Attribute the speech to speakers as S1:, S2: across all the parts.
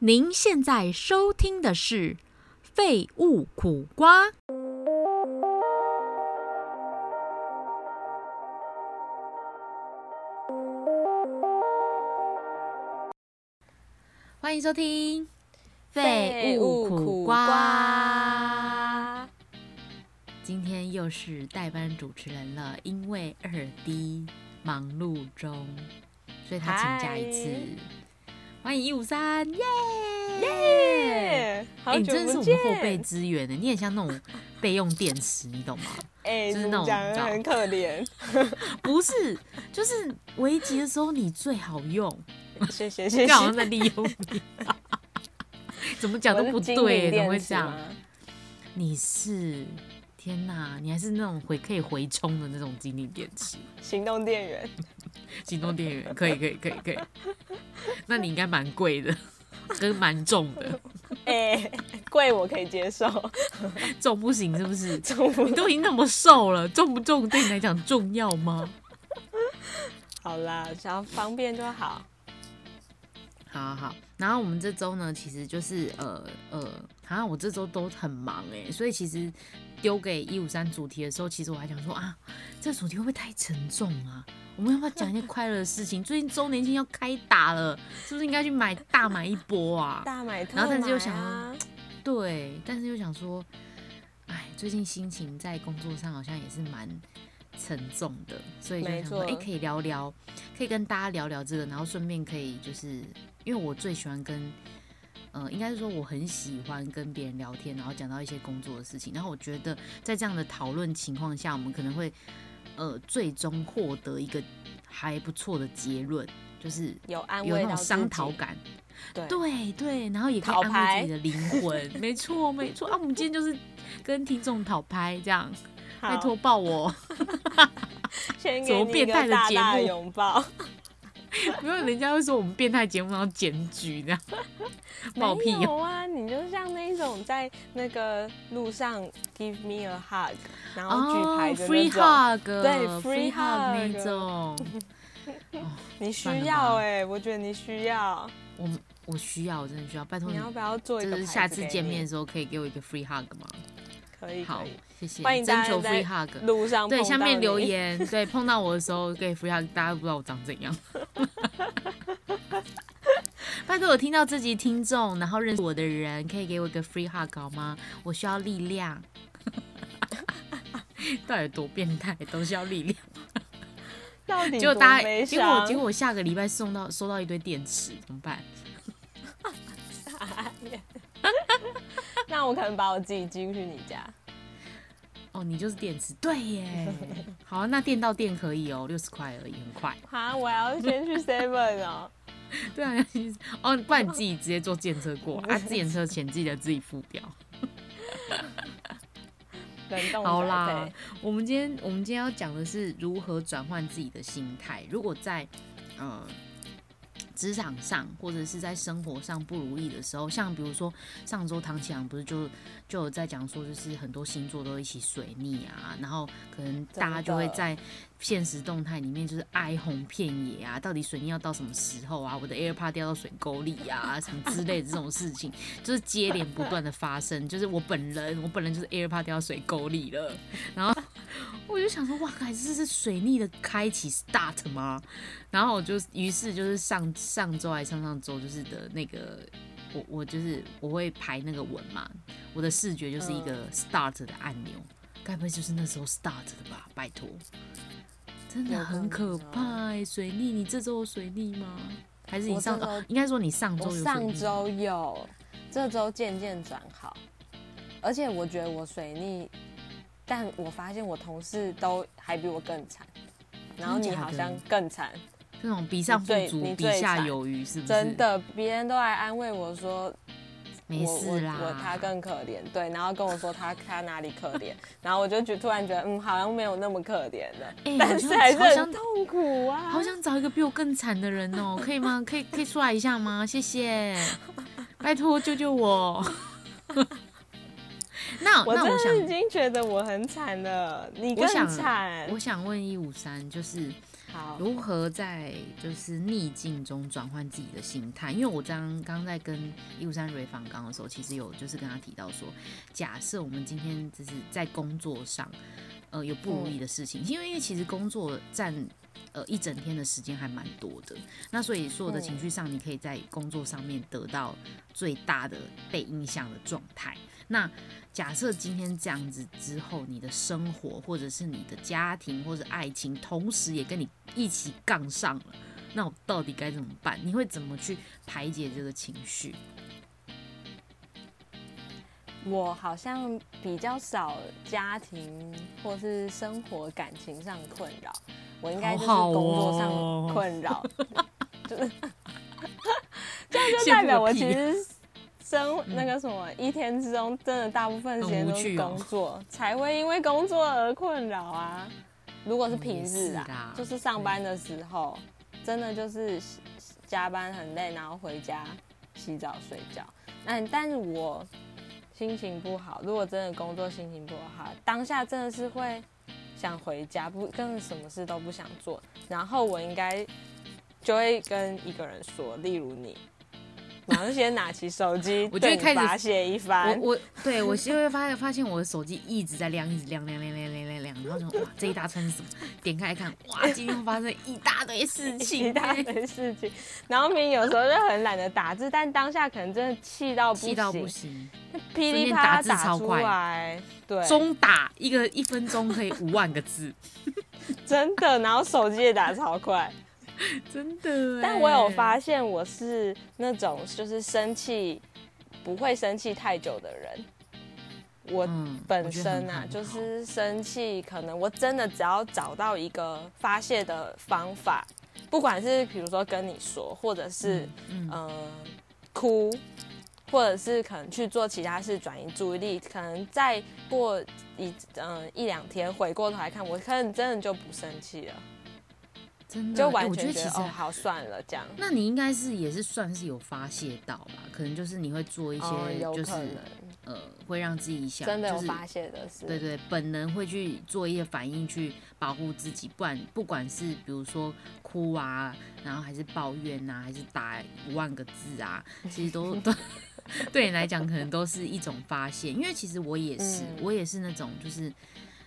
S1: 您现在收听的是《废物苦瓜》。欢迎收听《废物苦瓜》。今天又是代班主持人了，因为二 D 忙碌中，所以他请假一次。欢迎一五三，耶！耶！
S2: 耶，好
S1: 哎，你
S2: 久
S1: 真的是
S2: 不
S1: 我
S2: 见
S1: 们！后备资源欸呢，你很像那 种备用电池，你懂吗？
S2: 哎，
S1: 就是
S2: 怎
S1: 那
S2: 么
S1: 种
S2: 讲
S1: 你知道
S2: 很可 怜。
S1: 不是，就是危急的时候你最好 用，
S2: 谢谢谢
S1: 就
S2: 谢。
S1: 好像在利用你。啊 怎么讲都
S2: 我是
S1: 不
S2: 精
S1: 对，
S2: 灵
S1: 怎么
S2: 电
S1: 会
S2: 池
S1: 这样？
S2: 吗
S1: 你是天哪，你还是那种回可以回充的那种精力电池。
S2: 行动电源，
S1: 行动电源，可以可以可以可以。那你应该蛮贵的，跟蛮重的，
S2: 哎，贵我可以接受，
S1: 重不行是不是？
S2: 中不
S1: 你都已经那么瘦了，重不重对你来讲重要吗？
S2: 好啦，只要方便就好。
S1: 好好好，然后我们这周呢，其实就是呃呃，啊，我这周都很忙哎、所以其实丢给一五三主题的时候，其实我还想说啊，这主题会不会太沉重啊？我们要不要讲一些快乐的事情？最近周年庆要开打了，是不是应该去买大买一波啊？
S2: 大买特买
S1: 然
S2: 啊！
S1: 后但是又想要对，但是又想说，哎，最近心情在工作上好像也是蛮沉重的，所以就
S2: 没
S1: 想说，哎、
S2: 错
S1: 可以聊聊，可以跟大家聊聊这个，然后顺便可以就是，因为我最喜欢跟，呃，应该是说我很喜欢跟别人聊天，然后讲到一些工作的事情，然后我觉得在这样的讨论情况下，我们可能会，呃，最终获得一个还不错的结论，就是
S2: 有安
S1: 有
S2: 慰
S1: 那
S2: 到
S1: 种
S2: 自
S1: 商
S2: 己
S1: 讨，感。
S2: 对
S1: 对对，然后也可
S2: 讨
S1: 以安慰自己的灵 魂，没错没错啊！我们今天就是跟听众讨拍这样，拜
S2: 好
S1: 托，抱我，
S2: 先
S1: 怎
S2: 给
S1: 么
S2: 你一
S1: 变
S2: 个
S1: 态的
S2: 大
S1: 节
S2: 大的
S1: 目
S2: 拥抱。
S1: 不然人家会说我们变态节目然后检举这样，冒屁
S2: 没
S1: 哦！
S2: 有啊，你就像那种在那个路上 give me a hug，然后举牌的
S1: f r e
S2: 那
S1: e
S2: 种。
S1: hug，
S2: 对
S1: free
S2: ，free
S1: hug 那
S2: hug
S1: 种，
S2: 你
S1: 算
S2: 需
S1: 了
S2: 要
S1: 吧
S2: 哎、我觉得你需要。
S1: 我我需要，我真的 需要，拜托
S2: 你
S1: 你，
S2: 要不要做一
S1: 嗯就
S2: 个牌
S1: 是
S2: 子
S1: 下次
S2: 给
S1: 见
S2: 你
S1: 面的？时候可以给我一个 free hug 吗？
S2: 可以，
S1: 好
S2: 可以。，
S1: 谢谢，
S2: 欢迎
S1: 征
S2: 大家
S1: 求
S2: 在
S1: free hug。
S2: 路上
S1: 对，
S2: 碰
S1: 下面
S2: 到
S1: 留
S2: 你，
S1: 言， 对，碰到我的时候可以 free hug，大家都不知道我长怎样。 拜托，我听到这集听众，然后认识我的人，可以给我一个 free hug 好吗？我需要力量。 到底有多变态，都需要力量。
S2: 到底
S1: 结果
S2: 多
S1: 大家，
S2: 悲
S1: 结果
S2: 伤？
S1: 结果我下个礼拜送到收到一堆电池，怎么办？
S2: 那我可能把我自己寄去你家。
S1: 哦，你就是电池，对 耶。好，啊那电到电可以哦，六十块而已，很快。
S2: 啊，我要先去 Seven 哦。
S1: 对啊， 哦，不然你自己直接坐电车过来啊，自行车钱记得自己付掉。
S2: 冷冻
S1: 好
S2: 宅
S1: 啦
S2: 配，
S1: 我们今天我们今天要讲的是如何转换自己的心态。如果在呃职场上或者是在生活上不如意的时候，像比如说上周唐启阳不是就就有在讲说，就是很多星座都一起水逆啊，然后可能大家就会
S2: 真的
S1: 在现实动态里面就是哀鸿遍野啊，到底水逆要到什么时候啊？我的 AirPod 掉到水沟里啊，什么之类的这种事情，就是接连不断的发生。就是我本人，我本人就是 AirPod 掉到水沟里了，然后我就想说，哇，靠，这是水逆的开启 start 吗？然后我就于是就是上上周还上上周就是的那个。我我就是我会排那个文嘛，我的视觉就是一
S2: 嗯
S1: 个 start 的按钮，该不会就是那时候 start 的吧？拜托，真的
S2: 有可
S1: 很可
S2: 能哦
S1: 怕、欸。水逆，你这周有水逆吗？还是你
S2: 我
S1: 上
S2: 这周
S1: 哦应该说你上周
S2: 我
S1: 有水
S2: 上
S1: 逆
S2: 周有，这周渐渐转好，而且我觉得我水逆，但我发现我同事都还比我更惨，然后
S1: 真的
S2: 你
S1: 假
S2: 好
S1: 的
S2: 像更惨，
S1: 这种比上不
S2: 最
S1: 足，
S2: 你
S1: 比
S2: 最
S1: 下
S2: 惨
S1: 有余，是不是？
S2: 真的，别人都来安慰我说
S1: 没
S2: 我
S1: 事啦。
S2: 我我他更可怜，对，然后跟我说他他哪里可怜，然后我就觉突然觉得，嗯，好像没有那么可怜了，
S1: 哎
S2: 但是还是
S1: 好像
S2: 很痛苦啊。
S1: 好想找一个比我更惨的人哦，可以吗？可以可以出来一下吗？谢谢，拜托救救我。 那
S2: 我
S1: 那
S2: 真
S1: 我想
S2: 的已经觉得我很惨了，你
S1: 我
S2: 更
S1: 想
S2: 惨
S1: 我。想问一五三，就是
S2: 好，
S1: 如何在就是逆境中转换自己的心态？因为我刚刚刚在跟一五三瑞访刚的时候，其实有就是跟他提到说，假设我们今天就是在工作上，呃，有不
S2: 嗯
S1: 如意的事情，因为因为其实工作占呃一整天的时间还蛮多的，那所以所有的情绪上，你可以在工作上面得到最大的被影响的状态。那假设今天这样子之后，你的生活或者是你的家庭或者爱情，同时也跟你一起杠上了，那我到底该怎么办？你会怎么去排解这个情绪？
S2: 我好像比较少家庭或是生活感情上困扰，我应该就是
S1: 好好
S2: 工
S1: 哦
S2: 作上 困扰，就是，这样就
S1: 羡慕
S2: 代表
S1: 个
S2: 我
S1: 屁啊嗯
S2: 其实生那个什么一天之中，真的大部分时间都是
S1: 很无
S2: 工
S1: 趣
S2: 作，才会因为工作而困扰啊。如果是平日
S1: 嗯也是
S2: 啊
S1: 啦，
S2: 就是上班的时候，真的就是加班很累，然后回家洗澡睡觉。那但是我心情不好，如果真的工作心情不好，当下真的是会想回家，不根本什么事都不想做。然后我应该就会跟一个人说，例如你，然后就先拿起手机，
S1: 我就会
S2: 对你
S1: 开始
S2: 发泄一番。
S1: 我我对我就会发现发现我的手机一直在亮，一直亮亮亮亮亮亮亮，然后就哇这一大串是什么？点开一看，哇今天发生一大堆事
S2: 其
S1: 情，
S2: 他的事情，然后明明有时候就很懒得打字，但当下可能真的气到不
S1: 气到不
S2: 行，
S1: 行，
S2: 噼里啪啦打出来，对，
S1: 中打一个一分钟可以五万个 字，
S2: 真的，然后手机也打超快。
S1: 真的欸。
S2: 但我有发现，我是那种就是生气不会生气太久的人。我
S1: 嗯
S2: 本
S1: 我觉得很
S2: 身啊
S1: 好，
S2: 就
S1: 很好
S2: 是生气，可能我真的只要找到一个发泄的方法，不管是比如说跟你说，或者是
S1: 嗯
S2: 嗯、呃哭，或者是可能去做其他事转移注意力，可能再过一嗯、一两天回过头来看，我可能真的就不生气了，
S1: 真的
S2: 就
S1: 欸
S2: 完
S1: 我觉得
S2: 全觉
S1: 其
S2: 得
S1: 实
S2: 哦好算了这样。
S1: 那你应该是也是算是有发泄到吧？可能就是你会做一
S2: 哦
S1: 些
S2: 有
S1: 就是、
S2: 可能
S1: 呃，会让自己想
S2: 真的有
S1: 就是
S2: 发泄的事，
S1: 对对，本能会去做一些反应去保护自己，不然不管是比如说哭啊，然后还是抱怨呐、还是打五万个字 啊，其实都 都对你来讲可能都是一种发泄。因为其实我也是，
S2: 嗯
S1: 我也是那种就是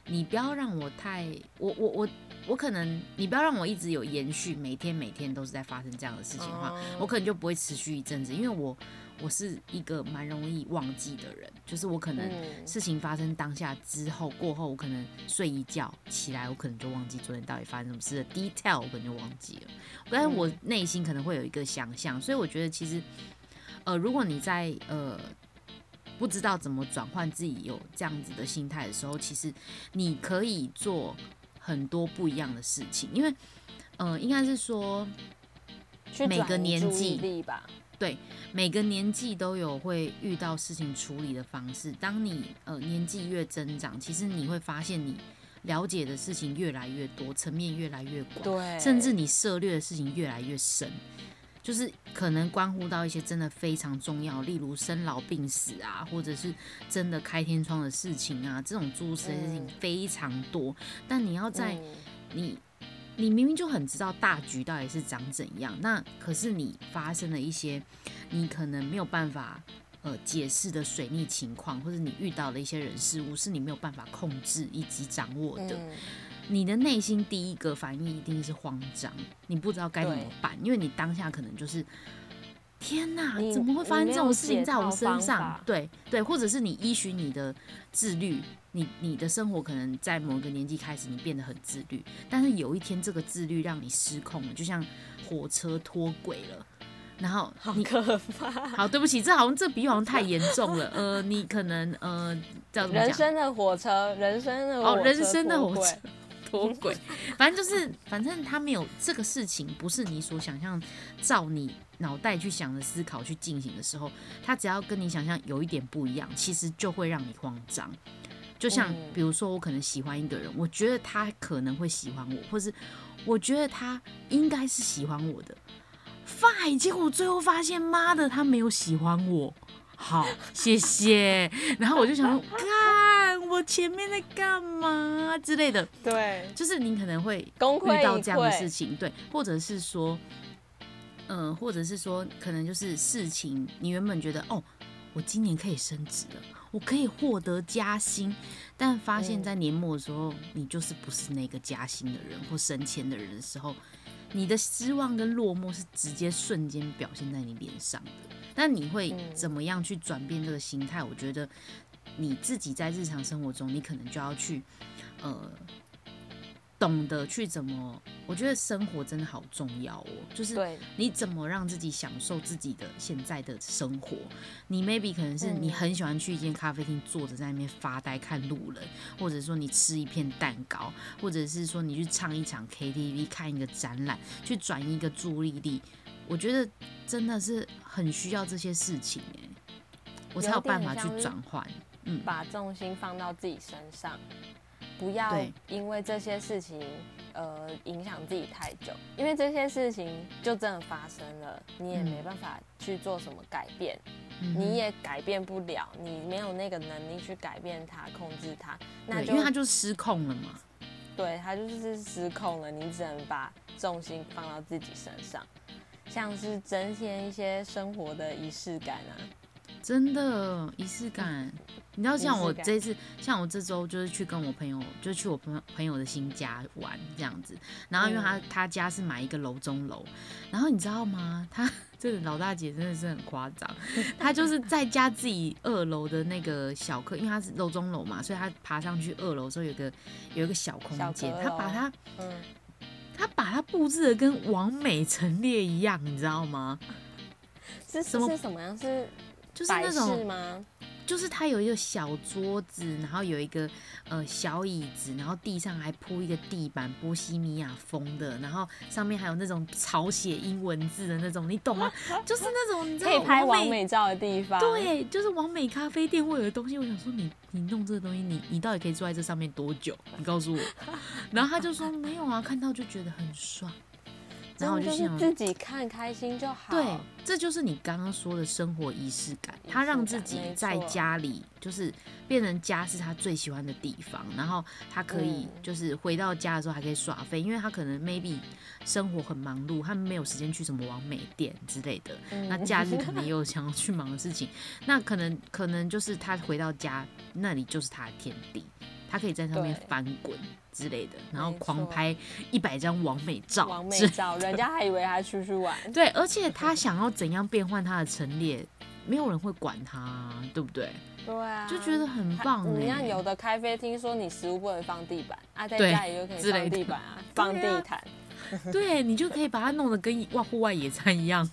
S1: 你不要让我太我我我我可能你不要让我一直有延续，每天每天都是在发生这样的事情的话，
S2: 哦
S1: 我可能就不会持续一阵子，因为我我是一个蛮容易忘记的人，就是我可能
S2: 嗯
S1: 事情发生当下之后过后，我可能睡一觉起来，我可能就忘记昨天到底发生什么事了，detail 我可能就忘记了，但是我内心可能会有一个想象，所以我觉得其实，呃，如果你在呃。不知道怎么转换自己有这样子的心态的时候，其实你可以做很多不一样的事情，因为，呃，应该是说，
S2: 去
S1: 每
S2: 转
S1: 个
S2: 移
S1: 年
S2: 注意
S1: 纪
S2: 力吧，
S1: 每个年纪都有会遇到事情处理的方式。当你呃年纪越增长，其实你会发现你了解的事情越来越多，层面越来越广，
S2: 对，
S1: 甚至你涉猎的事情越来越深。就是可能关乎到一些真的非常重要，例如生老病死啊，或者是真的开天窗的事情啊，这种诸如此类的事情
S2: 嗯
S1: 非常多。但你要在
S2: 嗯
S1: 你你明明就很知道大局到底是长怎样，那可是你发生了一些你可能没有办法呃解释的水逆情况，或者你遇到的一些人事物是你没有办法控制以及掌握的，
S2: 嗯
S1: 你的内心第一个反应一定是慌张，你不知道该怎么
S2: 对
S1: 办，因为你当下可能就是。天呐
S2: 你，
S1: 怎么会发生这种事
S2: 你没
S1: 情
S2: 有
S1: 在我
S2: 解套
S1: 身
S2: 方
S1: 上
S2: 法？
S1: 对对，或者是你依循你的自律，你你的生活可能在某个年纪开始，你变得很自律，但是有一天这个自律让你失控了，就像火车脱轨了，然后
S2: 好
S1: 你
S2: 可怕，
S1: 好，对不起，这好像这比喻好像太严重了，呃，你可能呃叫怎么
S2: 人
S1: 讲？
S2: 生的火车，人生的
S1: 哦
S2: 火车
S1: 人生的
S2: 脱
S1: 火
S2: 轨
S1: 车脱轨，反正就是，反正他没有这个事情，不是你所想象，照你脑袋去想的思考去进行的时候，他只要跟你想象有一点不一样，其实就会让你慌张。就像
S2: 嗯
S1: 比如说，我可能喜欢一个人，我觉得他可能会喜欢我，或是我觉得他应该是喜欢我的，fine，结果我最后发现，妈的，他没有喜欢我。好，谢谢。然后我就想说，看我前面在干嘛之类的，
S2: 对，
S1: 就是你可能会
S2: 功亏
S1: 遇到
S2: 一
S1: 这样的
S2: 篑
S1: 事。情，对，或者是说，嗯、或者是说，可能就是事情，你原本觉得哦，我今年可以升职了，我可以获得加薪，但发现
S2: 嗯
S1: 在年末的时候，你就是不是那个加薪的人或升迁的人的时候，你的失望跟落寞是直接瞬间表现在你脸上的。但你会
S2: 嗯
S1: 怎么样去转变这个心态？我觉得你自己在日常生活中，你可能就要去，呃，懂得去怎么。我觉得生活真的好重要哦，就是
S2: 对，
S1: 你怎么让自己享受自己的现在的生活？你 maybe 可能是
S2: 嗯
S1: 你很喜欢去一间咖啡厅坐着在那边发呆看路人，或者说你吃一片蛋糕，或者是说你去唱一场 KTV 看一个展览，去转移一个注意力。我觉得真的是很需要这些事情哎、我才有办法去转换。嗯，
S2: 把重心放到自己身上，不要
S1: 对
S2: 因为这些事情呃影响自己太久，因为这些事情就真的发生了，你也
S1: 嗯
S2: 没办法去做什么改变，
S1: 嗯哼
S2: 你也改变不了，你没有那个能力去改变它、控制它，那
S1: 对，
S2: 就
S1: 因为他就失控了嘛。
S2: 对他就是失控了，你只能把重心放到自己身上，像是增添一些生活的仪式感啊，
S1: 真的仪式感。你知道，像我
S2: 仪式感
S1: 这次，像我这周就是去跟我朋友，就去我朋友朋友的新家玩这样子。然后因为
S2: 嗯
S1: 他、他家是买一个楼中楼，然后你知道吗？他 这个老大姐真的是很夸张， 她就是在家自己二楼的那个小客，因为她是楼中楼嘛，所以她爬上去二楼的时候有个有一个小空
S2: 小
S1: 间
S2: 阁，
S1: 她
S2: 楼
S1: 把它
S2: 嗯，
S1: 她把它布置的跟完美陈列一样，你知道吗？
S2: 是
S1: 什么
S2: 是什么样？是
S1: 就是
S2: 摆
S1: 那种
S2: 饰吗？
S1: 就是它有一个小桌子，然后有一个呃小椅子，然后地上还铺一个地板，波西米亚风的，然后上面还有那种草写英文字的那种，你懂吗？就是那种你知道
S2: 可以拍
S1: 完
S2: 完美照的地方，，
S1: 对，就是完美咖啡店会有的东西。我想说你，你弄这个东西，你你到底可以坐在这上面多久？你告诉我。然后他就说没有啊，看到就觉得很爽。然后我
S2: 真的
S1: 就
S2: 就
S1: 心
S2: 是
S1: 想，
S2: 自己看开心就好。
S1: 对，这就是你刚刚说的生活仪式感，他让自己
S2: 仪式感
S1: 在
S2: 没错
S1: 家里就是变成家是他最喜欢的地方，然后他可以
S2: 嗯
S1: 就是回到家的时候还可以耍废，因为他可能 maybe 生活很忙碌，他没有时间去什么完美店之类的，
S2: 嗯
S1: 那假日可能也有想要去忙的事情，那可能可能就是他回到家那里就是他的天地，他可以在上面
S2: 对
S1: 翻滚之类的，然后
S2: 没
S1: 狂
S2: 错
S1: 拍一百张完美照，
S2: 完美
S1: 之
S2: 照，人家还以为他出去玩。
S1: 对，而且他想要怎样变换他的陈列，没有人会管他啊，对不对？
S2: 对啊，
S1: 就觉得很棒
S2: 你
S1: 哎、
S2: 看有的咖啡厅说你食物不能放地板啊，在
S1: 对
S2: 家里就可以
S1: 之类
S2: 放
S1: 的
S2: 地板啊，放
S1: 对啊
S2: 地 毯，
S1: 对你就可以把它弄得跟哇户外野餐一样。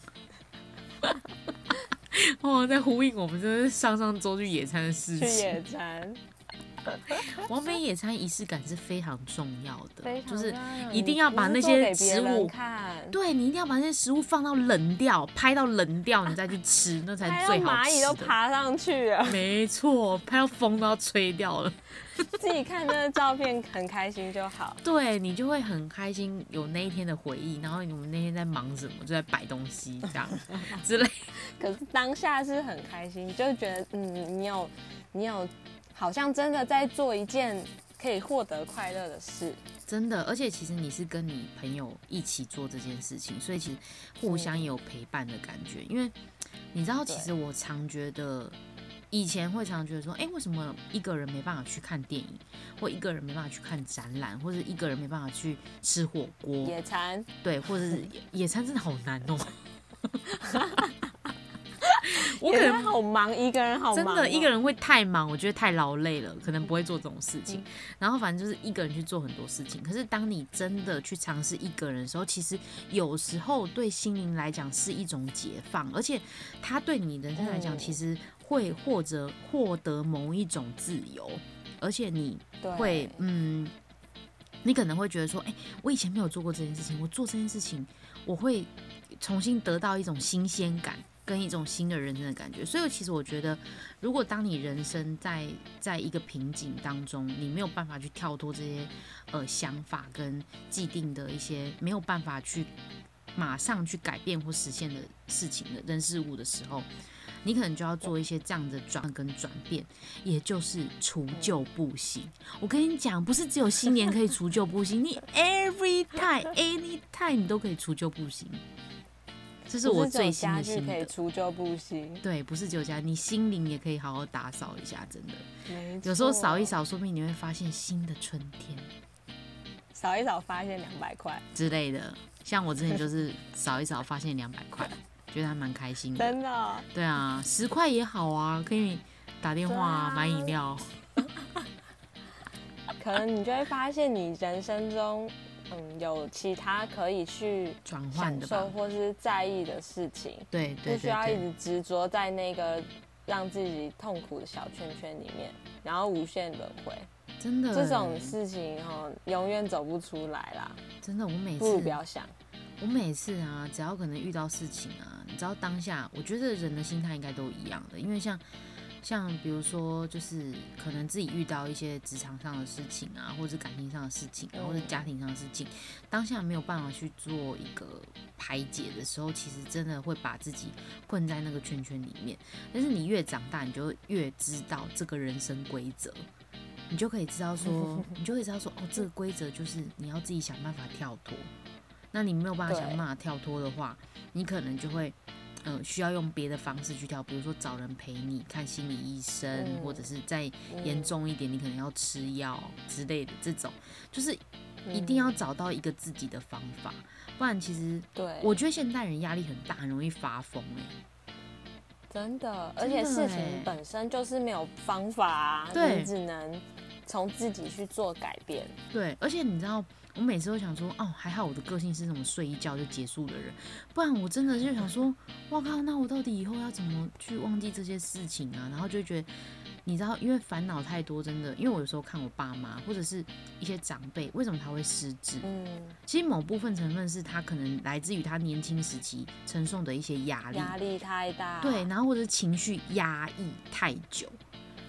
S1: 哦，在呼应我们这是上上周去野餐的事
S2: 去
S1: 情。
S2: 野餐，
S1: 完美野餐仪式感是非常重要的
S2: 非，常
S1: 就是
S2: 棒
S1: 一定要
S2: 你
S1: 把
S2: 不
S1: 那
S2: 是做
S1: 些
S2: 给别
S1: 食
S2: 人
S1: 物
S2: 看，
S1: 对你一定要把那些食物放到冷掉，拍到冷掉，你再去吃，那才
S2: 拍
S1: 是
S2: 到
S1: 最好
S2: 蚂蚁都
S1: 吃的。
S2: 爬上去了，
S1: 没错，拍到风都要吹掉了。
S2: 自己看那个照片很开心就好。
S1: 对你就会很开心，有那一天的回忆。然后我们那天在忙什么，就在摆东西这样之类。
S2: 可是当下是很开心，就觉得嗯，你有你有，好像真的在做一件可以获得快乐的事。
S1: 真的，而且其实你是跟你朋友一起做这件事情，所以其实互相也有陪伴的感觉。因为你知道，其实我常觉得。以前会常觉得说，哎、为什么一个人没办法去看电影，或一个人没办法去看展览，或者一个人没办法去吃火锅？
S2: 野餐，
S1: 对，或者是野野餐真的好难哦、我
S2: 野
S1: 可能
S2: 餐好忙，一个人好
S1: 真
S2: 忙哦、
S1: 的一个人会太忙，我觉得太劳累了，可能不会做这种事
S2: 嗯
S1: 情。然后反正就是一个人去做很多事情。可是当你真的去尝试一个人的时候，其实有时候对心灵来讲是一种解放，而且它对你人生来讲，
S2: 嗯
S1: 其实会或者获得某一种自由，而且你
S2: 对
S1: 会嗯。你可能会觉得说，哎、我以前没有做过这件事情，我做这件事情，我会重新得到一种新鲜感，跟一种新的人生的感觉。所以其实我觉得，如果当你人生在在一个瓶颈当中，你没有办法去跳脱这些呃想法跟既定的一些没有办法去马上去改变或实现的事情的人事物的时候，你可能就要做一些这样的转换跟转变，也就是除旧布新。我跟你讲，不是只有新年可以除旧布新，你 every time anytime 你都可以除旧布新。这是
S2: 不
S1: 我
S2: 只有
S1: 最新
S2: 家
S1: 的
S2: 具
S1: 心
S2: 可以
S1: 得。
S2: 除旧布新，
S1: 对，不是只有家，你心灵也可以好好打扫一下，真的。
S2: 没
S1: 有时候
S2: 错
S1: 扫一，扫，说不定你会发现新的春天
S2: 扫一扫发现两百块，
S1: 之类的。像我之前就是 扫一扫，发现两百块，觉得还蛮开心的。
S2: 真的哦、
S1: 对啊，十块也好啊，可以打电话、啊、
S2: 对啊
S1: 买饮料。
S2: 可能你就会发现你人生中，嗯，有其他可以去
S1: 转换
S2: 享
S1: 的
S2: 受
S1: 吧？
S2: 或是在意的事情，
S1: 对
S2: 不
S1: 对
S2: 需
S1: 对
S2: 要一
S1: 对，
S2: 直执着在那个让自己痛苦的小圈圈里面，然后无限轮回。
S1: 真的欸
S2: 这种事情哦，永远走不出来啦，
S1: 真的，我每
S2: 不如
S1: 次
S2: 不要想。
S1: 我每次啊，只要可能遇到事情啊，你知道当下，我觉得人的心态应该都一样的，因为像像比如说，就是可能自己遇到一些职场上的事情啊，或者是感情上的事情啊，
S2: 嗯
S1: 或者家庭上的事情，当下没有办法去做一个排解的时候，其实真的会把自己困在那个圈圈里面。但是你越长大，你就越知道这个人生规则。你就可以知道 说，你就可以知道说，哦，这个规则就是你要自己想办法跳脱。那你没有办法
S2: 对
S1: 想办法跳脱的话，你可能就会，呃，需要用别的方式去跳，比如说找人陪你看心理医生，
S2: 嗯
S1: 或者是再
S2: 嗯
S1: 严重一点，你可能要吃药之类的。这种就是一
S2: 嗯
S1: 定要找到一个自己的方法，不然其实
S2: 对，
S1: 我觉得现代人压力很大，很容易发疯哎、
S2: 真的，而
S1: 真
S2: 且
S1: 的
S2: 事
S1: 欸
S2: 情本身就是没有方法、啊，
S1: 对
S2: 你只能从自己去做改变。
S1: 对，而且你知道，我每次都想说，哦，还好我的个性是那种睡一觉就结束的人，不然我真的就想说，哇靠，那我到底以后要怎么去忘记这些事情啊？然后就觉得，你知道，因为烦恼太多，真的，因为我有时候看我爸妈或者是一些长辈，为什么他会失智？
S2: 嗯，
S1: 其实某部分成分是他可能来自于他年轻时期承受的一些压力，
S2: 压力太大，
S1: 对，然后或者是情绪压抑太久，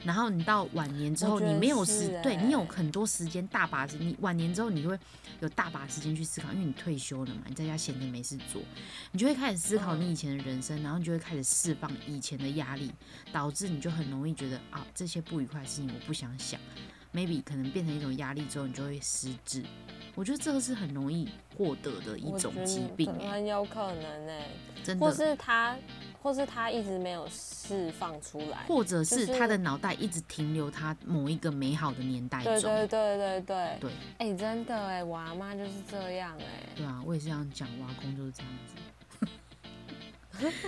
S1: 然后你到晚年之
S2: 我
S1: 后，
S2: 觉
S1: 你
S2: 得
S1: 没有
S2: 是
S1: 时，对你有
S2: 欸
S1: 很多时间大把时，你晚年之后你会有大把时间去思考，因为你退休了嘛，你在家闲着没事做，你就会开始思考
S2: 嗯
S1: 你以前的人生，然后你就会开始释放以前的压力，导致你就很容易觉得啊这些不愉快的事情我不想想，maybe 可能变成一种压力之后，你就会失智。我觉得这个是很容易获得的一
S2: 我
S1: 种
S2: 觉
S1: 疾
S2: 得
S1: 病、欸，
S2: 很有可能哎、
S1: 真的。
S2: 或是他，或是他一直没有释放出来。
S1: 或者
S2: 就是是
S1: 他的脑袋一直停留他某一个美好的年代
S2: 对
S1: 中。
S2: 对对对对，哎、
S1: 对
S2: 真的哎、我阿妈就是这样哎、
S1: 对啊，我也是这样讲，我阿公就是这样子。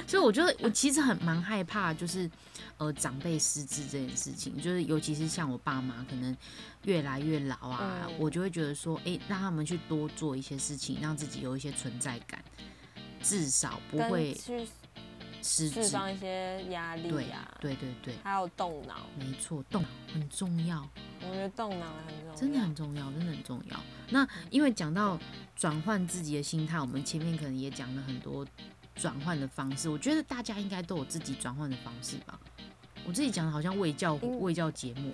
S1: 所以我觉得我其实很蛮害怕，就是呃长辈失智这件事情，就是尤其是像我爸妈可能越来越老啊，
S2: 嗯
S1: 我就会觉得说，诶，让他们去多做一些事情，让自己有一些存在感，至少不
S2: 跟
S1: 会
S2: 去
S1: 失智。
S2: 释放一些压
S1: 对
S2: 力呀、
S1: 对对对，
S2: 还有动脑，
S1: 没错，动脑很重要。
S2: 我觉得动脑很重要，
S1: 真的很重要，真的很重要。那因为讲到转换自己的心态，我们前面可能也讲了很多转换的方式，我觉得大家应该都有自己转换的方式吧。我自己讲的好像卫教
S2: 嗯
S1: 卫教节目，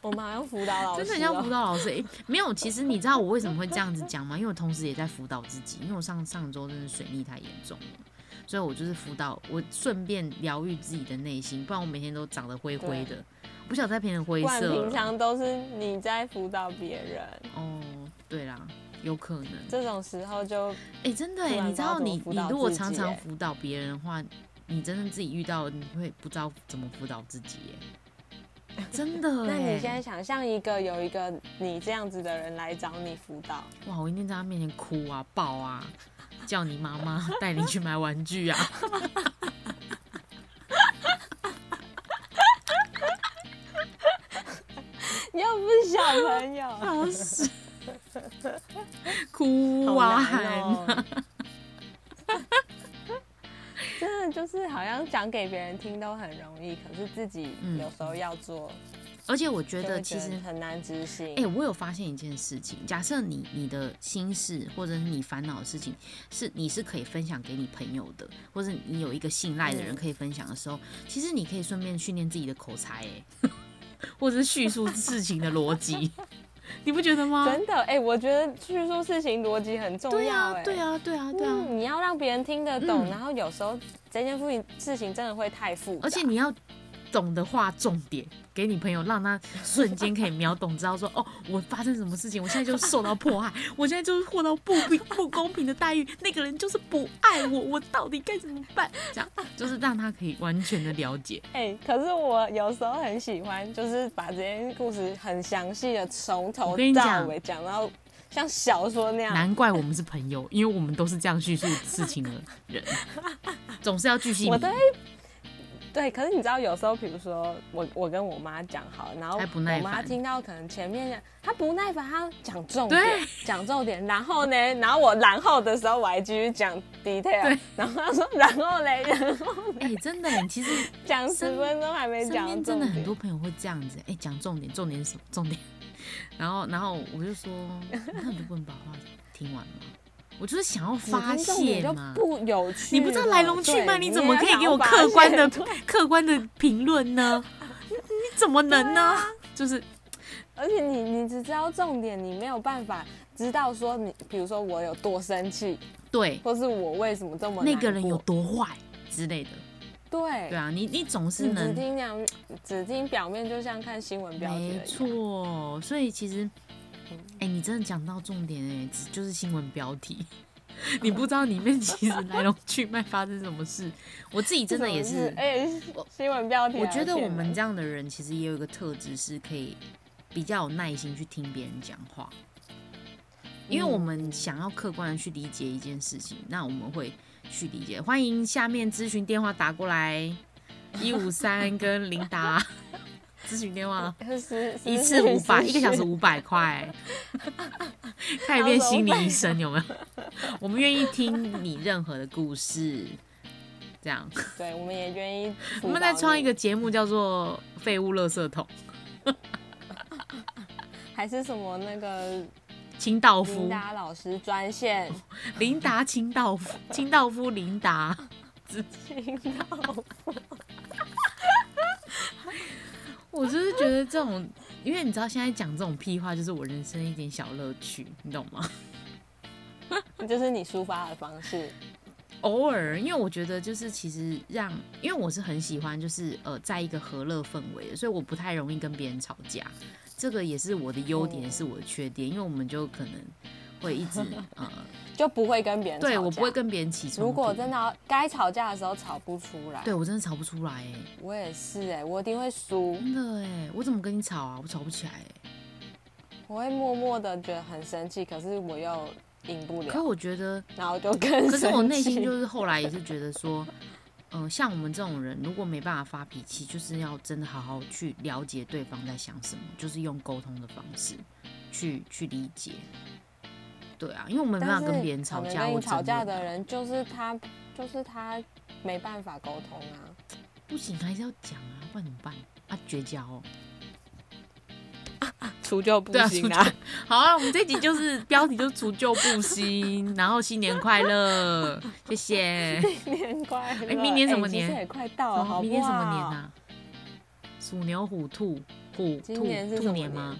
S2: 我们好像辅导老师、
S1: 真
S2: 哦
S1: 的很像辅导老师。诶没有，其实你知道我为什么会这样子讲吗？因为我同时也在辅导自己，因为我上上周真的水逆太严重了。所以我就是辅导，我顺便疗愈自己的内心，不然我每天都长得灰灰的，我不想再变成灰
S2: 不然
S1: 色
S2: 平
S1: 了。
S2: 常都是你在辅导别人，
S1: 哦，对啦，有可能。
S2: 这种时候就
S1: 哎、真的
S2: 突
S1: 哎，
S2: 然
S1: 你
S2: 不
S1: 知
S2: 知道
S1: 道
S2: 怎么
S1: 你
S2: 辅
S1: 你
S2: 导
S1: 如果
S2: 自己
S1: 常常
S2: 欸
S1: 辅导别人的话，你真的自己遇到，你会不知道怎么辅导自己耶，真的哎。
S2: 那你现在想象一个有一个你这样子的人来找你辅导，
S1: 哇，我一定在他面前哭啊、抱啊，叫你妈妈带你去买玩具 啊。
S2: 你又不是小 朋友，
S1: 老师，哭啊
S2: 哦好
S1: 喊
S2: 难
S1: 啊，
S2: 哦。真的就是好像讲给别人听都很容易，可是自己
S1: 嗯
S2: 有时候要做，
S1: 而且我觉
S2: 就
S1: 得
S2: 会
S1: 其实
S2: 觉得很难执行。
S1: 哎、我有发现一件事情，假设你你的心事或者是你烦恼的事情，是你是可以分享给你朋友的，或者你有一个信赖的人
S2: 嗯
S1: 可以分享的时候，其实你可以顺便训练自己的口才、哎， 或者是叙述事情的逻辑， 你不觉得吗？
S2: 真的哎、我觉得叙述事情逻辑很重
S1: 对
S2: 要
S1: 啊
S2: 哎、，
S1: 对啊，对啊，对啊，
S2: 嗯，你要让别人听得懂，
S1: 嗯
S2: 然后有时候这件事情事情真的会太复杂，
S1: 而且你要懂得画重点给你朋友，让他瞬间可以秒懂，知道说哦，我发生什么事情，我现在就受到迫害，我现在就是获到不平不公平的待遇，那个人就是不爱我，我到底该怎么办？这样就是让他可以完全的了解。
S2: 哎、可是我有时候很喜欢，就是把这件故事很详细的从头
S1: 我跟你
S2: 到
S1: 讲
S2: 尾讲到像小说那样。
S1: 难怪我们是朋友，因为我们都是这样叙述事情的人，总是要巨细
S2: 我
S1: 靡
S2: 都会
S1: 遗。
S2: 对，可是你知道，有时候比如说我我跟我妈讲好，然后
S1: 她不耐
S2: 我妈
S1: 烦
S2: 听到可能前面讲，她不耐烦，她讲重点
S1: 对，
S2: 讲重点，然后呢，然后我然后的时候我还继续讲 detail，
S1: 对
S2: 然后她说然后嘞，然后
S1: 哎、真的，你其实
S2: 讲
S1: 身
S2: 十分钟还没
S1: 身
S2: 讲
S1: 边
S2: 到
S1: 真的
S2: 重
S1: 很
S2: 点
S1: 多。朋友会这样子，哎、讲重点，重点是什么？重点。然后，然后我就 说，那你就不能把话听完吗？我就是想要发
S2: 你听重点
S1: 泄
S2: 就
S1: 嘛。
S2: 不有趣了，
S1: 你不知道来龙去脉，
S2: 对
S1: 你怎么
S2: 也
S1: 可以
S2: 想
S1: 给我
S2: 发
S1: 客观
S2: 现
S1: 的客观的评论呢？你你怎么能呢？
S2: 啊
S1: 就是
S2: 而且你你只知道重点，你没有办法知道说你，比如说我有多生气，
S1: 对
S2: 或是我为什么这么
S1: 那个人
S2: 难
S1: 有
S2: 过
S1: 多坏之类的。
S2: 对
S1: 对啊，你你总是
S2: 你只
S1: 能
S2: 听两只听表面，就像看新闻标题而已
S1: 没
S2: 啊，
S1: 错，所以其实，
S2: 嗯
S1: 哎、你真的讲到重点哎、只就是新闻标 题，你不知道里面其实来龙去脉发生什么事。我自己真的也
S2: 这怎么
S1: 是，
S2: 哎、
S1: 我
S2: 新闻标题
S1: 我
S2: 还
S1: 觉得
S2: 骗
S1: 我们
S2: 人
S1: 这样的人其实也有一个特质，是可以比较有耐心去听别人讲话，因
S2: 嗯
S1: 为我们想要客观的去理解一件事情，那我们会去理解。欢迎下面咨询电话打过来，一五三跟琳达 咨询电话。哦
S2: 就是
S1: 一次五 百，一个小时，
S2: 是
S1: 五百块，看一遍心理医生有没有？我们愿意听你任何的故事，这样。
S2: 是是对，我们也愿意。
S1: 我们再创一个，节目叫做《废物垃圾桶》，
S2: 还是什么那个
S1: 清道
S2: 琳
S1: 夫，
S2: 达老师专线，
S1: 琳达清道夫，清道夫琳达。
S2: 听到
S1: 我就是觉得这种，因为你知道现在讲这种屁话，就是我人生一点小乐趣，你懂吗？
S2: 就是你抒发的方式。
S1: 偶尔，因为我觉得就是其实让，因为我是很喜欢就是呃，在一个和乐氛围的，所以我不太容易跟别人吵架。这个也是我的优点，
S2: 哦
S1: 也是我的缺点，因为我们就可能会 一直呃，
S2: 就不会跟别人
S1: 对
S2: 吵
S1: 我
S2: 架
S1: 不会跟别人起冲突。
S2: 如果真的要该吵架的时候吵不出来，
S1: 对我真的吵不出来哎、
S2: 我也是哎、我一定会输，
S1: 真的哎、我怎么跟你吵啊？我吵不起来哎、
S2: 我会默默的觉得很生气，可是我又赢不
S1: 可
S2: 了，
S1: 我觉得
S2: 然后就 更
S1: 可是我内心
S2: 生气
S1: 就是后来也是觉得说，嗯、像我们这种人，如果没办法发脾气，就是要真的好好去了解对方在想什么，就是用沟通的方式去去理解。对啊，因为我们没
S2: 但
S1: 办
S2: 是
S1: 法跟别人吵
S2: 可能
S1: 架
S2: 跟
S1: 或
S2: 你吵
S1: 争
S2: 架
S1: 论
S2: 的
S1: 啊，
S2: 人就是他，就是他没办法沟通啊。
S1: 不行还是要讲啊，不然怎么办？啊，绝交哦！
S2: 除就不
S1: 对啊行啊除好啊，我们这一集就是 标题就是除旧布新，然后新年快乐，谢 谢。
S2: 明年快乐，
S1: 哎明年什么
S2: 哎其实
S1: 年
S2: 也快到了，好不好？
S1: 明年什么年？啊？鼠牛虎兔虎
S2: 今
S1: 兔
S2: 年是什
S1: 兔
S2: 么
S1: 年
S2: 年
S1: 吗？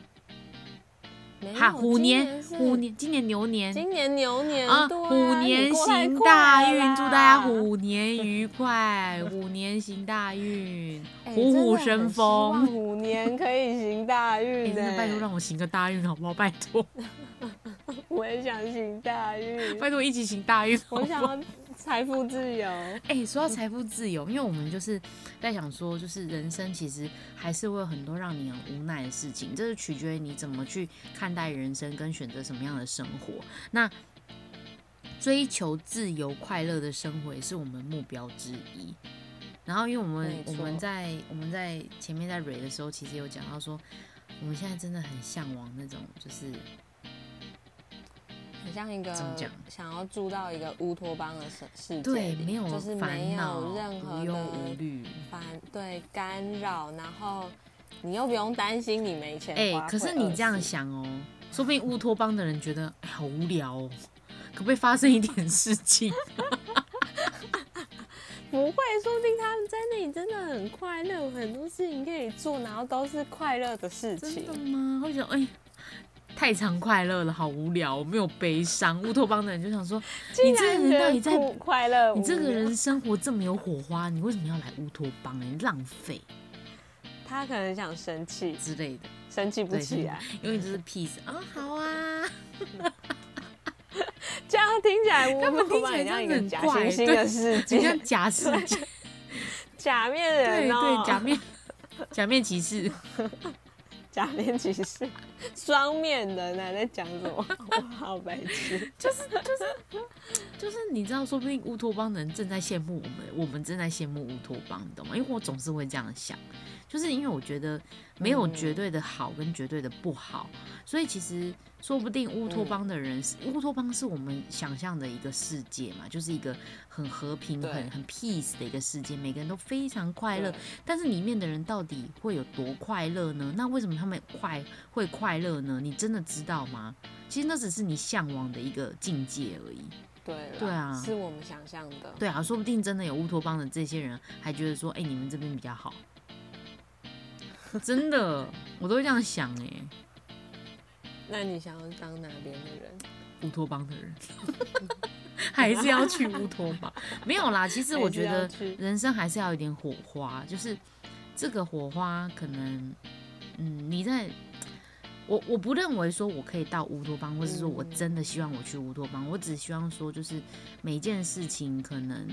S2: 没有
S1: 哈，虎年，
S2: 哎今
S1: 虎
S2: 是
S1: 年，今年牛年
S2: 今年牛年
S1: 啊，
S2: 对啊
S1: 虎年行
S2: 啊
S1: 大运，祝大家。虎年 愉快，虎年行大运，
S2: 哎
S1: 虎虎生风。
S2: 虎年可以行大
S1: 哎，
S2: 运
S1: 真
S2: 呢、
S1: 的拜托让我行个大运好不好？拜托，
S2: 我也想行大 运，
S1: 拜托一起行大运好
S2: 我
S1: 不
S2: 想
S1: 好？
S2: 要财富自由。
S1: 哎、说到财富自由，因为我们就是在想说，就是人生其实还是会有很多让你很无奈的事情，这是取决于你怎么去看待人生跟选择什么样的生活。那追求自由快乐的生活也是我们目标之一。然后，因为我们
S2: 没
S1: 我
S2: 错
S1: 们在我们在前面在蕊的时候，其实有讲到说，我们现在真的很向往那种就是
S2: 很像一个
S1: 怎么讲
S2: 想要住到一个乌托邦的世世界里，
S1: 对没有
S2: 就是没
S1: 烦恼、
S2: 有任何
S1: 无忧无
S2: 的
S1: 虑。
S2: 烦对干扰，然后你又不用担心你没钱
S1: 哎、
S2: 花
S1: 可
S2: 会
S1: 是你这样
S2: 饿死
S1: 想哦，说不定乌托邦的人觉得、哎，好无聊哦，可不可以发生一点事情？
S2: 不会，说不定他们在那里真的很快乐，有很多事情可以做，然后都是快乐的事
S1: 真
S2: 情
S1: 的。吗？会觉得哎、太常快乐了，好无聊，哦我没有悲伤。乌托邦的人就想说，
S2: 竟
S1: 你这个
S2: 然
S1: 人
S2: 觉
S1: 到
S2: 得
S1: 底在
S2: 不快乐？
S1: 你这
S2: 无
S1: 个
S2: 聊
S1: 人生活这么有火花，你为什么要来乌托邦、欸？你浪费
S2: 他可能想生气，
S1: 之类的，
S2: 生气不啊
S1: 对
S2: 起来，，
S1: 因为就是 peace 啊、好 啊，
S2: 这样听起来
S1: 他们
S2: 我们
S1: 听起来
S2: 很像一个
S1: 真的
S2: 假
S1: 很怪
S2: 惺惺
S1: 对
S2: 的世
S1: 就像
S2: 界，
S1: 假世界，
S2: 假面人
S1: 对
S2: 哦，
S1: 对，假面 假面骑士，
S2: 假面骑士，双面人啊，在讲 什么？我好白痴。
S1: 就是你知道，说不定乌托邦的人正在羡慕我们，我们正在羡慕乌托邦，你懂吗？因为我总是会这样想，就是因为我觉得没有绝对的好跟绝对的不好，所以其实说不定乌托邦的人是，
S2: 嗯
S1: 乌托邦是我们想象的一个世界嘛，就是一个很和平、
S2: 对
S1: 很很 peace 的一个世界，每个人都非常快乐
S2: 对。
S1: 但是里面的人到底会有多快乐呢？那为什么他们快会快乐呢？你真的知道吗？其实那只是你向往的一个境界而已。
S2: 对啦
S1: 对啊
S2: 是我们想象的。
S1: 对啊，说不定真的有乌托邦的这些人还觉得说，哎、你们这边比较好，真的，我都会这样想哎、
S2: 那你想要当哪边的人？
S1: 乌托邦 的人还是要去乌托邦，没有啦。其实我觉
S2: 还
S1: 得
S2: 是要去
S1: 人生还是要有一点火花，就是这个火花可能，嗯，你在。我我不认为说我可以到乌托邦，或是说我
S2: 嗯
S1: 真的希望我去乌托邦，我只希望说就是每件事情可能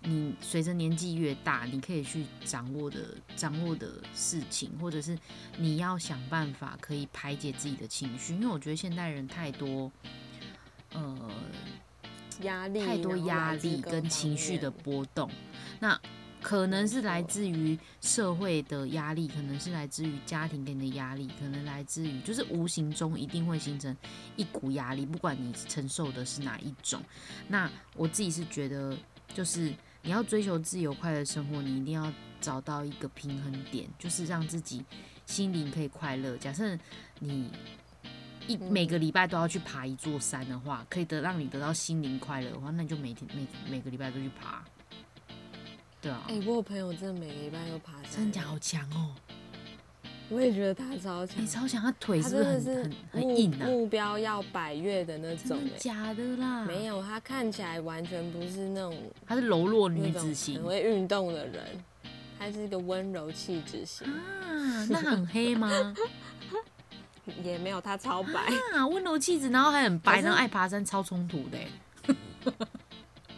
S1: 你随着年纪越大，你可以去掌握的掌握的事情，或者是你要想办法可以排解自己的情绪，因为我觉得现代人太多，呃，
S2: 压力
S1: 太多
S2: 然后
S1: 压
S2: 来自
S1: 力
S2: 各
S1: 跟
S2: 方
S1: 情绪的
S2: 面
S1: 波动，那可能
S2: 没
S1: 是来
S2: 错
S1: 自于社会的压力，可能是来自于家庭给你的压力，可能来自于就是无形中一定会形成一股压力，不管你承受的是哪一种。那我自己是觉得，就是你要追求自由快乐生活，你一定要找到一个平衡点，就是让自己心灵可以快乐。假设你一
S2: 嗯
S1: 每个礼拜都要去爬一座山的话，可以得让你得到心灵快乐的话，那你就每天每每个礼拜都去爬。对啊，
S2: 哎、我有朋友真的每个礼拜都爬山，欸
S1: 真的好强哦！
S2: 我也觉得他超强
S1: 你、，超强，他腿
S2: 啊他
S1: 是不是
S2: 真
S1: 很
S2: 的是
S1: 很
S2: 目
S1: 很硬啊？
S2: 目标要百越的那种、
S1: 真的
S2: 哎，
S1: 假的啦？
S2: 没，有，他看起来完全不是那种
S1: 她是柔弱
S2: 那
S1: 女
S2: 种
S1: 子型
S2: 很会运动的人，他是一个温柔气质型，
S1: 啊，那很黑 吗？
S2: 也没有他超白，
S1: 啊，温柔气质，然后还很白，
S2: 可是
S1: 然后爱爬山，超冲突的欸。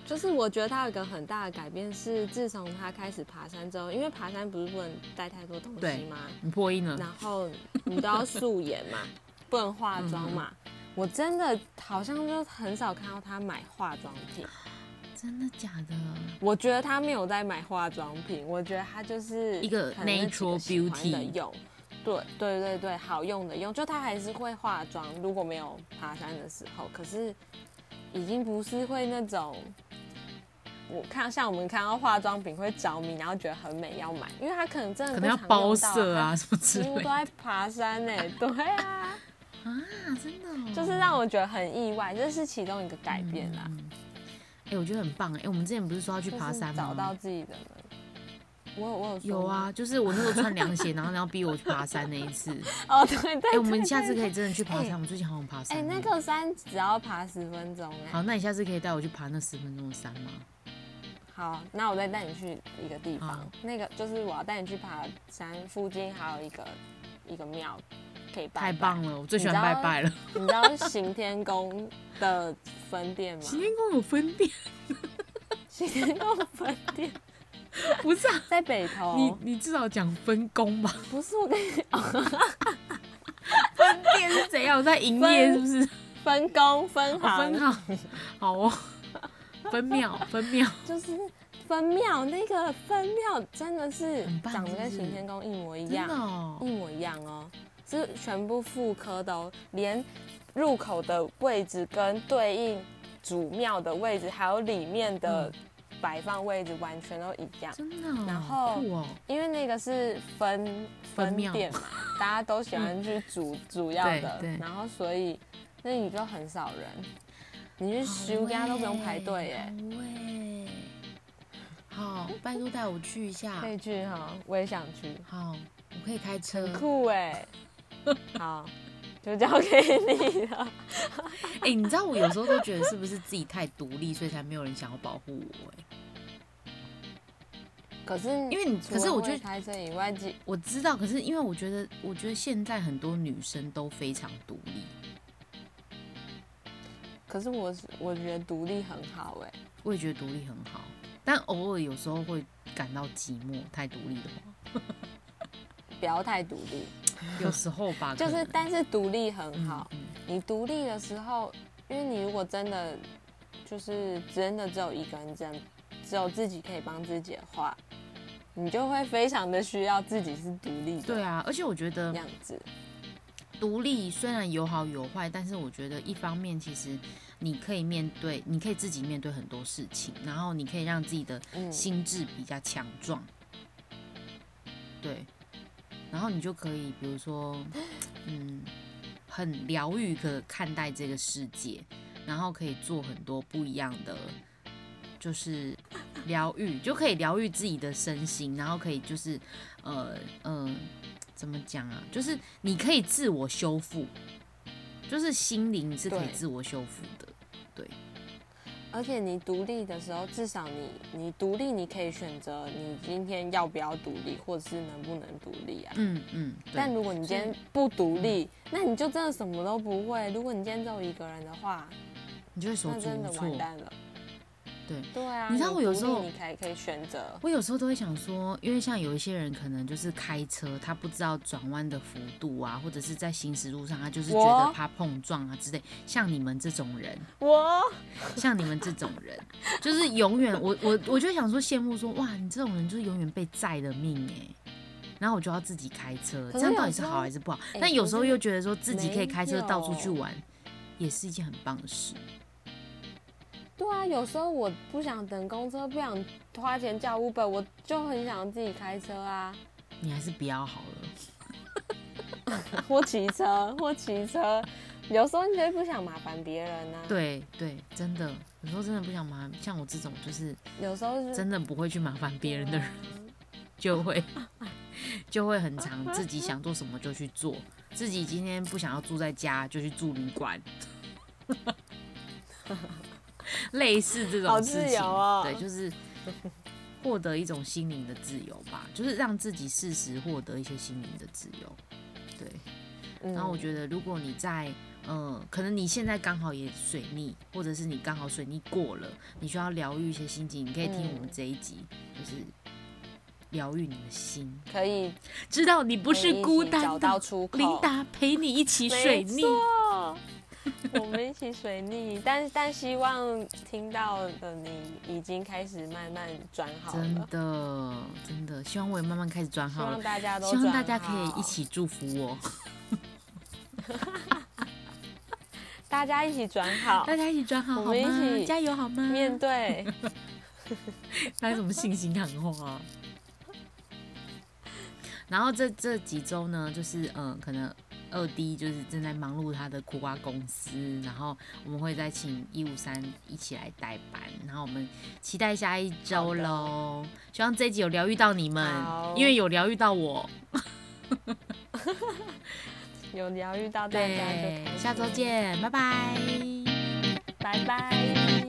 S2: 就是我觉得他有一个很大的改变是，自从他开始爬山之后，因为爬山不是不能带太多东
S1: 对
S2: 西吗？
S1: 你破音了
S2: 然，后你都要素颜 嘛，不能化妆嘛。
S1: 嗯
S2: 我真的好像就很少看到他买化妆品，
S1: 真的假的？
S2: 我觉得他没有在买化妆品，我觉得他就是
S1: 一个
S2: 可能那几个
S1: natural
S2: 喜欢的
S1: beauty
S2: 用，对对对对，好用的用，就他还是会化妆，如果没有爬山的时候，可是已经不是会那种。我看像我们看到化妆品会着迷，然后觉得很美要买，因为他可能真的
S1: 可
S2: 不
S1: 能要
S2: 常
S1: 包
S2: 用到
S1: 色啊，，什么
S2: 他
S1: 之
S2: 几乎
S1: 类
S2: 都
S1: 的啊，
S2: 在爬山呢、 对啊，
S1: 真的哦，
S2: 就是让我觉得很意外，这是其中一个改变啦，
S1: 嗯。哎、我觉得很棒哎、我们之前不是说要去
S2: 就
S1: 爬
S2: 是
S1: 山吗？
S2: 找到自己的门。我有我有说
S1: 有啊，就是我那时候穿凉鞋，然后你要逼我去爬山那一 次。
S2: 吗，哦对对
S1: 哎、
S2: 对
S1: 我们下次
S2: 对
S1: 可以真的去爬山。
S2: 哎
S1: 我最近好想爬
S2: 哎、
S1: 山哦。
S2: 那个山只要爬十分钟哎、
S1: 好，那你下次可以带我去爬那十分钟的山吗？
S2: 好，那我再带你去一个地
S1: 好
S2: 方，那个就是我要带你去爬山附近还有一个一个庙可以拜拜。
S1: 太棒了，我最喜欢
S2: 你知
S1: 拜
S2: 道
S1: 拜了。
S2: 你知道行天宫的分店吗？
S1: 行天宫有分店，
S2: 行天宫的分店
S1: 不是啊？
S2: 在北投，
S1: 你你至少讲分工吧？
S2: 不是我跟你
S1: 分店是怎样？我在营业
S2: 分
S1: 是不是？
S2: 分工分
S1: 哦
S2: 行，
S1: 分好，好 哦，分秒分秒。
S2: 就是分庙那个分庙真的是
S1: 很棒
S2: 长得
S1: 是
S2: 跟
S1: 不是
S2: 行天宫一模一
S1: 真
S2: 样，
S1: 的哦
S2: 一模一样哦，是全部复刻的哦，连入口的位置跟对应主庙的位置，还有里面
S1: 嗯
S2: 的摆放位置完全都一样。
S1: 真的哦，
S2: 然后
S1: 酷哦，
S2: 因为那个是分
S1: 分
S2: 分
S1: 庙嗯
S2: 店嘛，大家都喜欢去主主要的
S1: 对对，
S2: 然后所以那里就很少人，你去修家都不用排队耶。
S1: 耶。好，拜托带我去一下
S2: 可。以去哈、我也想去。嗯欸
S1: 好，我可以开车。
S2: 酷哎、好，就交给你了。
S1: 哎、你知道我有时候都觉得是不是自己太独立，所以才没有人想要保护我、哎，
S2: 可是
S1: 因为你
S2: 除
S1: 可是
S2: 了
S1: 我觉得
S2: 会开车以外，基
S1: 我知道，可是因为我觉得，我觉得现在很多女生都非常独立。
S2: 可是我是我觉得独立很好哎、
S1: 我也觉得独立很好，但偶尔有时候会感到寂寞。太独立的话，
S2: 不要太独立，
S1: 有时候吧，
S2: 就
S1: 可
S2: 是
S1: 能
S2: 但是独立很
S1: 嗯
S2: 好。
S1: 嗯
S2: 你独立的时候，因为你如果真的就是真的只有一个人，这样只有自己可以帮自己的话，你就会非常的需要自己是独立
S1: 对
S2: 的
S1: 啊，而且我觉得
S2: 样子。
S1: 独立虽然有好有坏，但是我觉得一方面其实你可以面对，你可以自己面对很多事情，然后你可以让自己的
S2: 嗯
S1: 心智比较强壮，对，然后你就可以比如说，嗯，很疗愈的看待这个世界，然后可以做很多不一样的。就是疗愈，就可以疗愈自己的身心，然后可以就是，呃呃，怎么讲啊？就是你可以自我修复，就是心灵是可以
S2: 对
S1: 自我修复的。
S2: 而且你独立的时候，至少你你独立，你可以选择你今天要不要独立，或者是能不能独立啊。
S1: 嗯嗯，对
S2: 但如果你今
S1: 所
S2: 天不独立，那你就真的什么都不会。如果你今天只有一个人的话，
S1: 你就会手足
S2: 那真
S1: 无
S2: 的完
S1: 措。
S2: 蛋了。
S1: 对
S2: 对啊，
S1: 你知道我有时候
S2: 独立你可以可以选 择，
S1: 我有时候都会想说，因为像有一些人可能就是开车，他不知道转弯的幅度啊，或者是在行驶路上，他就是觉得
S2: 我
S1: 怕碰撞啊之类。像你们这种人，
S2: 我
S1: 像你们这种人，就是永远我我我就想说羡慕说，哇，你这种人就是永远被载的命哎、然后我就要自己开车，这
S2: 可是
S1: 样到底
S2: 有
S1: 是
S2: 时候
S1: 好还是不好？
S2: 哎
S1: 但有
S2: 可
S1: 时候
S2: 是
S1: 又觉得说自己可以
S2: 没
S1: 开车到处去
S2: 有
S1: 玩，也是一件很棒的事。
S2: 对啊，有时候我不想等公车，不想花钱叫 Uber，我就很想自己开车啊，
S1: 你还是不要好了。
S2: 或骑车，或骑车。有时候你就会不想麻烦别人啊，，
S1: 对对，真的，有时候真的不想麻烦，像我这种就是
S2: 有时候是
S1: 真的不会去麻烦别人的人，就会 就会很常自己想做什么就去做，自己今天不想要住在家就去住旅馆， 类似这
S2: 好
S1: 种
S2: 自
S1: 事情，
S2: 由哦
S1: 对，就是获得一种心灵的自由吧，就是让自己适时获得一些心灵的自由，对。
S2: 嗯
S1: 然后我觉得，如果你在呃，可能你现在刚好也水逆，或者是你刚好水逆过了，你需要疗愈一些心情，你可以听我们
S2: 嗯
S1: 这一集，就是疗愈你的心，
S2: 可以
S1: 知道你不
S2: 可以
S1: 是
S2: 一
S1: 孤
S2: 起
S1: 单
S2: 找到
S1: 的。
S2: 出口。
S1: 琳达陪你一起
S2: 没
S1: 水逆，
S2: 错我们一起水逆，但但希望听到的你已经开始慢慢转好
S1: 真
S2: 了，
S1: 的真的，希望我也慢慢开始转
S2: 希
S1: 好
S2: 望
S1: 了，
S2: 大家都
S1: 希望
S2: 转
S1: 大家可以
S2: 好
S1: 一，起祝福我，
S2: 大家一起转好
S1: 大，家一起转好
S2: 我
S1: 好
S2: 们一
S1: 吗？
S2: 起
S1: 加油好吗？
S2: 面对。
S1: 他有什么信心喊话、啊？然后这这几周呢，就是嗯、呃可能二 D 就是正在忙碌他的苦瓜公司，然后我们会再请一五三一起来代班，然后我们期待下一周喽。希望这一集有疗愈到你们
S2: 好，
S1: 因为有疗愈到我。
S2: 有疗愈到大家就
S1: 对
S2: 开，心
S1: 下周，见，拜拜。
S2: 拜拜。